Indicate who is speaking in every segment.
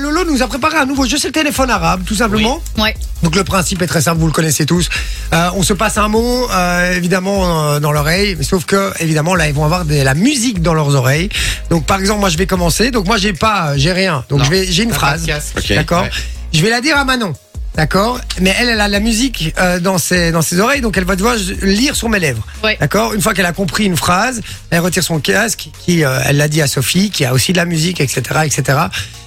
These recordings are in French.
Speaker 1: nous a préparé un nouveau jeu, c'est le téléphone arabe, tout simplement.
Speaker 2: Ouais.
Speaker 1: Donc le principe est très simple, vous le connaissez tous. Euh, on se passe un mot, euh, évidemment, euh, dans l'oreille, mais sauf que, évidemment, là, ils vont avoir de la musique dans leurs oreilles. Donc par exemple, moi, je vais commencer. Donc moi, j'ai pas, euh, j'ai rien. Donc
Speaker 3: Non.
Speaker 1: je vais, j'ai une
Speaker 3: T'as
Speaker 1: phrase,
Speaker 3: pas de casse.
Speaker 4: Ok,
Speaker 1: d'accord.
Speaker 3: ouais.
Speaker 1: Je vais la dire à Manon, d'accord. Mais elle, elle a la musique euh, dans ses dans ses oreilles, donc elle va devoir lire sur mes lèvres,
Speaker 2: Ouais.
Speaker 1: d'accord. Une fois qu'elle a compris une phrase, elle retire son casque, qui euh, elle l'a dit à Sophie, qui a aussi de la musique, etc., etc.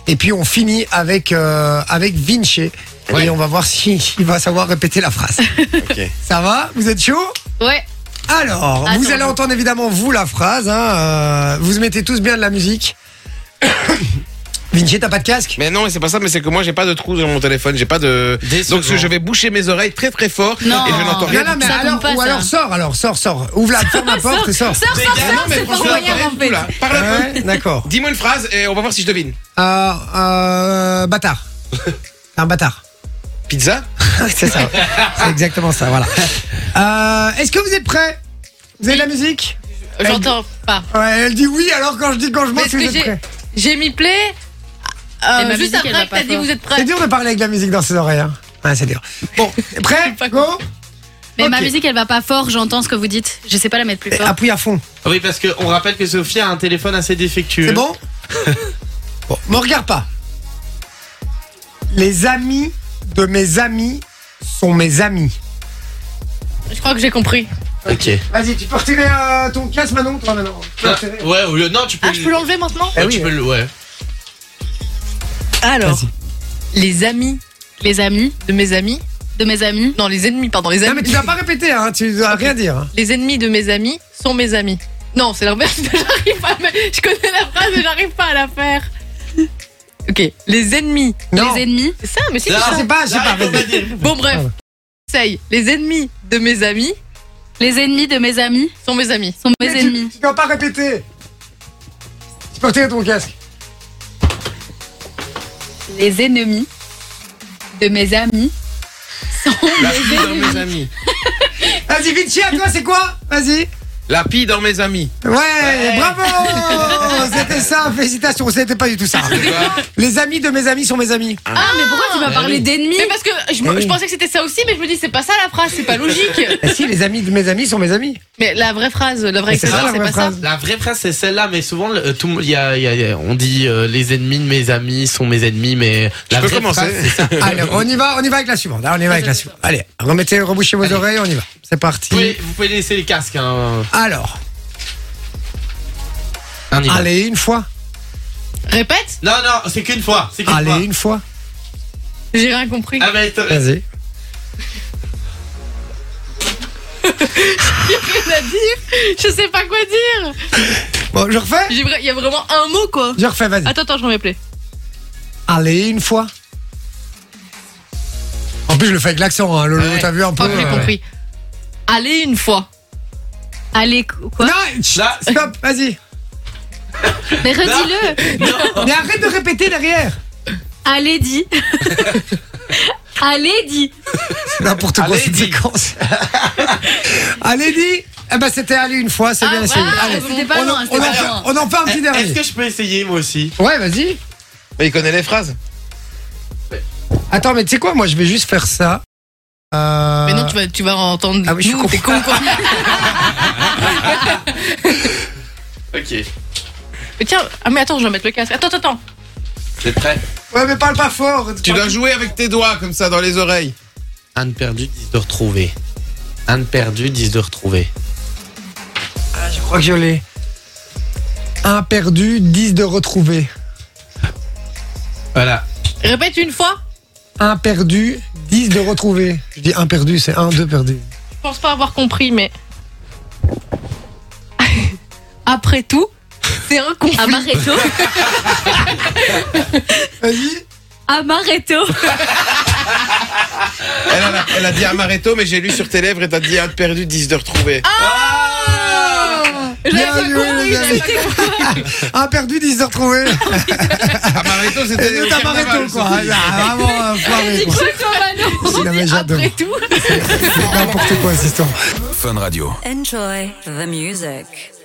Speaker 1: Et puis on finit avec euh, avec Vinci.
Speaker 3: Ouais.
Speaker 1: Et on va voir s'il va savoir répéter la phrase.
Speaker 4: ok.
Speaker 1: Ça va Vous êtes chaud
Speaker 2: Ouais.
Speaker 1: Alors,
Speaker 2: Attends.
Speaker 1: vous allez entendre évidemment vous la phrase. hein, euh, vous mettez tous bien de la musique. Vinci, t'as pas de casque
Speaker 4: Mais non, mais c'est pas ça, mais c'est que moi j'ai pas de trou dans mon téléphone, j'ai pas de.
Speaker 3: Décevant.
Speaker 4: Donc je vais boucher mes oreilles très très fort
Speaker 2: Non.
Speaker 4: et je n'entends
Speaker 1: Non,
Speaker 4: rien.
Speaker 1: non, mais
Speaker 2: Ça
Speaker 1: alors,
Speaker 2: compte pas,
Speaker 1: ou
Speaker 2: ça.
Speaker 1: alors sors, alors sors, sors. Ouvre la, ferme la porte et sors.
Speaker 2: Sors, sors, sors, c'est pas moyen en
Speaker 4: t'arrêtes tout,
Speaker 2: fait.
Speaker 4: là. Parle un peu.
Speaker 1: Ouais, d'accord.
Speaker 4: Dis-moi une phrase et on va voir si je devine.
Speaker 1: Euh, euh, bâtard. Un bâtard.
Speaker 4: Pizza
Speaker 1: C'est ça. C'est exactement ça, voilà. Euh, Est-ce que vous êtes prêts Vous avez de la musique
Speaker 2: J'entends pas.
Speaker 1: Ouais, elle dit oui, alors quand je dis quand je monte,
Speaker 5: Parce
Speaker 1: vous
Speaker 5: que
Speaker 1: êtes
Speaker 5: j'ai-
Speaker 1: prêts.
Speaker 5: j'ai mis play euh,
Speaker 2: Et ma
Speaker 5: juste
Speaker 2: musique, elle va
Speaker 5: après que
Speaker 2: pas
Speaker 5: t'as dit
Speaker 2: fort.
Speaker 5: vous êtes
Speaker 1: C'est
Speaker 5: prêts.
Speaker 1: dur de parler avec de la musique dans ses oreilles. Hein. Ouais, c'est dur. Bon, prêt Go
Speaker 2: Mais ma
Speaker 1: Ok.
Speaker 2: musique, elle va pas fort, j'entends ce que vous dites. Je sais pas la mettre plus fort.
Speaker 1: Appuie à fond.
Speaker 3: Ah Oui, parce qu'on rappelle que Sophie a un téléphone assez défectueux.
Speaker 1: C'est bon Bon, me regarde pas. Les amis de mes amis sont mes amis.
Speaker 5: Je crois que j'ai compris.
Speaker 3: Ok.
Speaker 1: Vas-y, tu peux retirer euh, ton casque, Manon Toi, Manon. Tu peux
Speaker 3: Ah,
Speaker 1: retirer.
Speaker 3: ouais, au lieu- non, tu peux.
Speaker 5: Ah, je peux l'enlever maintenant
Speaker 3: ouais,
Speaker 1: Eh oui,
Speaker 3: tu peux le- ouais.
Speaker 5: Alors,
Speaker 1: Vas-y.
Speaker 5: les amis
Speaker 2: Les amis
Speaker 5: de mes amis,
Speaker 2: de mes amis.
Speaker 5: non les ennemis pardon, les
Speaker 1: Non, mais
Speaker 5: amis,
Speaker 1: tu dois pas répéter, hein, tu dois rien dire. hein.
Speaker 5: les ennemis de mes amis sont mes amis. Non, c'est l'inverse, j'arrive pas, à me- je connais la phrase mais j'arrive pas à la faire. Ok, les ennemis.
Speaker 1: Non,
Speaker 2: Les ennemis.
Speaker 5: C'est ça, mais si,
Speaker 3: Là,
Speaker 5: c'est ça.
Speaker 1: je sais pas, je sais
Speaker 3: Là,
Speaker 1: Ah, pas.
Speaker 3: il faut
Speaker 1: vas-y.
Speaker 3: pas dire.
Speaker 5: Bon bref,
Speaker 1: Pardon.
Speaker 5: essaye. Les ennemis de mes amis
Speaker 2: Les ennemis de mes amis
Speaker 5: sont mes amis.
Speaker 2: sont mes
Speaker 1: Mais tu-
Speaker 2: ennemis.
Speaker 1: Tu dois pas répéter. Tu peux retirer ton casque.
Speaker 2: Les ennemis de mes amis sont
Speaker 4: La
Speaker 2: mes
Speaker 4: pie dans
Speaker 2: ennemis.
Speaker 4: mes amis.
Speaker 1: Vas-y, Vinci, à toi, c'est quoi Vas-y.
Speaker 4: La pie dans mes amis.
Speaker 1: Ouais, bravo C'était ça, félicitations, c'était pas du tout ça.
Speaker 4: Tu vois
Speaker 1: Les amis de mes amis sont mes amis.
Speaker 2: Ah, mais pourquoi tu m'as parlé d'ennemis
Speaker 5: Mais parce que je,
Speaker 1: Eh oui.
Speaker 5: je pensais que c'était ça aussi, mais je me dis c'est pas ça la phrase, c'est pas logique.
Speaker 1: Eh si, les amis de mes amis sont mes amis.
Speaker 5: mais la vraie phrase, la vraie
Speaker 1: C'est ça,
Speaker 5: expression,
Speaker 1: la
Speaker 5: c'est
Speaker 1: vraie
Speaker 5: pas
Speaker 1: phrase.
Speaker 3: La vraie phrase c'est celle-là, mais souvent le- euh, tout, le monde- il y a, il y a- il y a- on dit euh, les ennemis de mes amis sont mes ennemis, mais la
Speaker 4: peux
Speaker 3: vraie
Speaker 4: commencer.
Speaker 3: phrase, c'est ça.
Speaker 1: Allez, on y va, on y va avec la suivante. hein, on y va avec la suivante. Allez, remettez, rebouchez vos oreilles, on y va. C'est
Speaker 3: Vous pouvez,
Speaker 1: parti.
Speaker 3: vous pouvez laisser les casques. Hein.
Speaker 1: Alors,
Speaker 3: Un niveau.
Speaker 1: allez une fois,
Speaker 5: ça. Répète,
Speaker 3: Non, non, c'est qu'une fois. C'est qu'une fois.
Speaker 1: allez une fois.
Speaker 5: j'ai rien compris.
Speaker 3: Ah, mais t'as-
Speaker 1: Vas-y.
Speaker 5: à dire Je sais pas quoi dire.
Speaker 1: Bon, je refais.
Speaker 5: J'ai vra- Il y a vraiment un mot quoi.
Speaker 1: Je refais, vas-y.
Speaker 5: Attends, attends, je remets play.
Speaker 1: Allez une fois. En plus, je le fais avec l'accent, hein, Lolo,
Speaker 3: Ouais.
Speaker 1: t'as vu un peu.
Speaker 5: Oh, j'ai
Speaker 1: euh,
Speaker 5: compris. Allez une fois.
Speaker 2: Allez, quoi
Speaker 1: Non, chut,
Speaker 3: Là, c'est-
Speaker 1: stop, vas-y.
Speaker 2: Mais redis-le
Speaker 3: non.
Speaker 1: Mais arrête de répéter derrière.
Speaker 2: Allez, dis Allez, dis
Speaker 1: C'est N'importe quoi,
Speaker 3: Allez,
Speaker 1: cette
Speaker 3: dis.
Speaker 1: séquence. allez, dis. Eh ben, c'était allez une fois, c'est
Speaker 5: Ah,
Speaker 1: bien
Speaker 5: ouais,
Speaker 1: essayé.
Speaker 5: ah,
Speaker 1: Allez.
Speaker 5: bon.
Speaker 2: C'était pas
Speaker 1: On en-
Speaker 2: loin,
Speaker 1: on,
Speaker 2: c'était
Speaker 1: en
Speaker 2: pas
Speaker 1: fait,
Speaker 2: loin.
Speaker 1: on en fait un petit
Speaker 3: Eh, Est-ce
Speaker 1: dernier.
Speaker 3: que je peux essayer moi aussi
Speaker 1: Ouais, vas-y.
Speaker 4: Mais il connaît les phrases.
Speaker 1: Attends, mais tu sais quoi, moi je vais juste faire ça. Euh,
Speaker 5: Mais non, tu vas, tu vas entendre.
Speaker 1: Ah oui, je suis
Speaker 5: nous,
Speaker 1: con.
Speaker 5: t'es con quoi.
Speaker 3: Ok.
Speaker 5: mais tiens, ah mais attends, je vais mettre le casque. Attends, attends, attends.
Speaker 3: C'est prêt
Speaker 1: Ouais, mais parle pas fort.
Speaker 4: Tu dois jouer avec tes doigts comme ça dans les oreilles.
Speaker 3: Un de perdu, 10 de retrouver. Un de perdu, 10 de retrouver.
Speaker 1: Ah, je crois que je l'ai. Un perdu, 10 de retrouvé.
Speaker 3: Voilà.
Speaker 5: Répète une fois.
Speaker 1: Un perdu, 10 de retrouvé. Je dis un perdu, c'est un, deux perdu.
Speaker 5: Je pense pas avoir compris, mais. Après tout, c'est un conflit.
Speaker 2: Amaretto
Speaker 1: Vas-y.
Speaker 2: Amaretto
Speaker 4: Elle, elle a, elle a dit amaretto, mais j'ai lu sur tes lèvres et t'as dit un de perdu, 10 de retrouvé.
Speaker 1: Ah
Speaker 5: J'avais
Speaker 1: Bien
Speaker 5: pas
Speaker 1: joué,
Speaker 5: compris,
Speaker 1: bien
Speaker 5: j'avais
Speaker 1: joué. Un perdu, 10 de retrouvé.
Speaker 4: amaretto,
Speaker 1: Et
Speaker 4: c'était.
Speaker 1: nous,
Speaker 4: au
Speaker 1: t'as
Speaker 4: carnaval,
Speaker 1: Maréto, quoi.
Speaker 4: Sophie.
Speaker 1: Ah, Vraiment, euh, foiré, quoi. C'est la magie de-
Speaker 5: Après tout.
Speaker 1: C'est n'importe quoi, cette histoire.
Speaker 6: Enjoy the music.